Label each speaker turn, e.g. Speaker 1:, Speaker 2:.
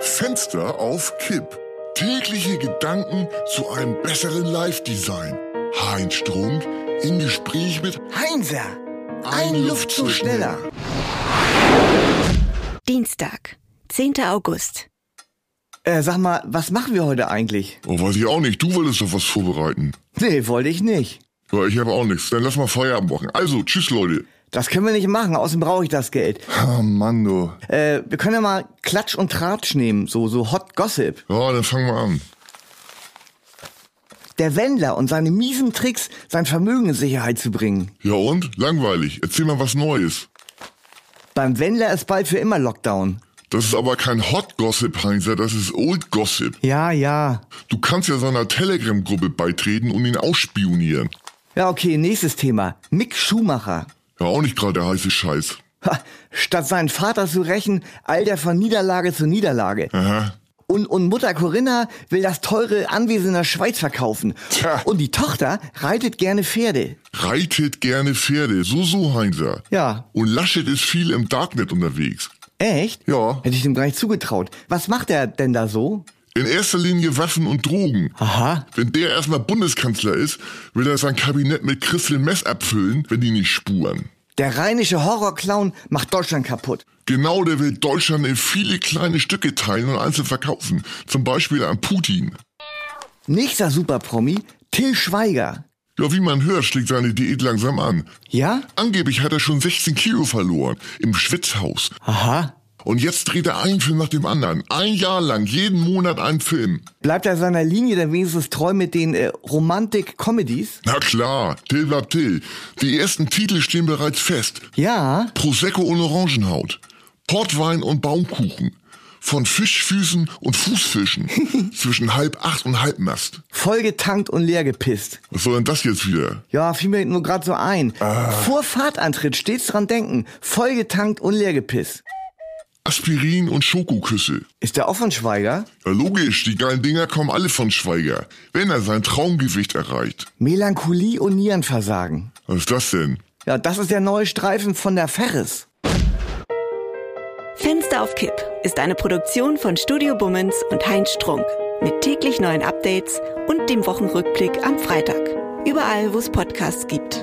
Speaker 1: Fenster auf Kipp. Tägliche Gedanken zu einem besseren Live-Design. Heinz Strunk im Gespräch mit
Speaker 2: Heinser,
Speaker 1: Ein Luftzug schneller.
Speaker 3: Dienstag, 10. August.
Speaker 2: Äh, sag mal, was machen wir heute eigentlich?
Speaker 1: Oh, weiß ich auch nicht. Du wolltest doch was vorbereiten.
Speaker 2: Nee, wollte ich nicht.
Speaker 1: Ja, ich habe auch nichts. Dann lass mal Feierabend machen. Also, tschüss, Leute.
Speaker 2: Das können wir nicht machen, außerdem brauche ich das Geld.
Speaker 1: Ah, Mann, du.
Speaker 2: Äh, wir können ja mal Klatsch und Tratsch nehmen, so, so Hot Gossip.
Speaker 1: Ja, dann fangen wir an.
Speaker 2: Der Wendler und seine miesen Tricks, sein Vermögen in Sicherheit zu bringen.
Speaker 1: Ja und? Langweilig. Erzähl mal was Neues.
Speaker 2: Beim Wendler ist bald für immer Lockdown.
Speaker 1: Das ist aber kein Hot Gossip, Heinzer. Das ist Old Gossip.
Speaker 2: Ja, ja.
Speaker 1: Du kannst ja seiner Telegram-Gruppe beitreten und ihn ausspionieren.
Speaker 2: Ja, okay, nächstes Thema. Mick Schumacher.
Speaker 1: Ja, auch nicht gerade der heiße Scheiß.
Speaker 2: Ha, statt seinen Vater zu rächen, eilt er von Niederlage zu Niederlage.
Speaker 1: Aha.
Speaker 2: Und, und Mutter Corinna will das teure Anwesen in der Schweiz verkaufen.
Speaker 1: Tja.
Speaker 2: Und die Tochter reitet gerne Pferde.
Speaker 1: Reitet gerne Pferde. So, so, Heinzer.
Speaker 2: Ja.
Speaker 1: Und Laschet ist viel im Darknet unterwegs.
Speaker 2: Echt?
Speaker 1: Ja.
Speaker 2: Hätte ich dem gar nicht zugetraut. Was macht er denn da so?
Speaker 1: In erster Linie Waffen und Drogen.
Speaker 2: Aha.
Speaker 1: Wenn der erstmal Bundeskanzler ist, will er sein Kabinett mit Christel Mess abfüllen, wenn die nicht spuren.
Speaker 2: Der rheinische Horrorclown macht Deutschland kaputt.
Speaker 1: Genau, der will Deutschland in viele kleine Stücke teilen und einzeln verkaufen. Zum Beispiel an Putin.
Speaker 2: Nächster Superpromi, Till Schweiger.
Speaker 1: Ja, wie man hört, schlägt seine Diät langsam an.
Speaker 2: Ja?
Speaker 1: Angeblich hat er schon 16 Kilo verloren. Im Schwitzhaus.
Speaker 2: Aha.
Speaker 1: Und jetzt dreht er einen Film nach dem anderen. Ein Jahr lang, jeden Monat einen Film.
Speaker 2: Bleibt er seiner Linie dann wenigstens treu mit den äh, Romantik-Comedies?
Speaker 1: Na klar, Till bleibt Till. Die ersten Titel stehen bereits fest.
Speaker 2: Ja.
Speaker 1: Prosecco und Orangenhaut. Portwein und Baumkuchen. Von Fischfüßen und Fußfischen. Zwischen halb acht und halb Mast.
Speaker 2: Vollgetankt und leer gepisst.
Speaker 1: Was soll denn das jetzt wieder?
Speaker 2: Ja, fiel mir nur gerade so ein. Vor Fahrtantritt stets dran denken. Vollgetankt und leer gepisst.
Speaker 1: Aspirin und Schokoküsse.
Speaker 2: Ist der auch von Schweiger?
Speaker 1: Ja, logisch, die geilen Dinger kommen alle von Schweiger. Wenn er sein Traumgewicht erreicht.
Speaker 2: Melancholie und Nierenversagen.
Speaker 1: Was ist das denn?
Speaker 2: Ja, das ist der neue Streifen von der Ferris.
Speaker 3: Fenster auf Kipp ist eine Produktion von Studio Bummens und Heinz Strunk. Mit täglich neuen Updates und dem Wochenrückblick am Freitag. Überall, wo es Podcasts gibt.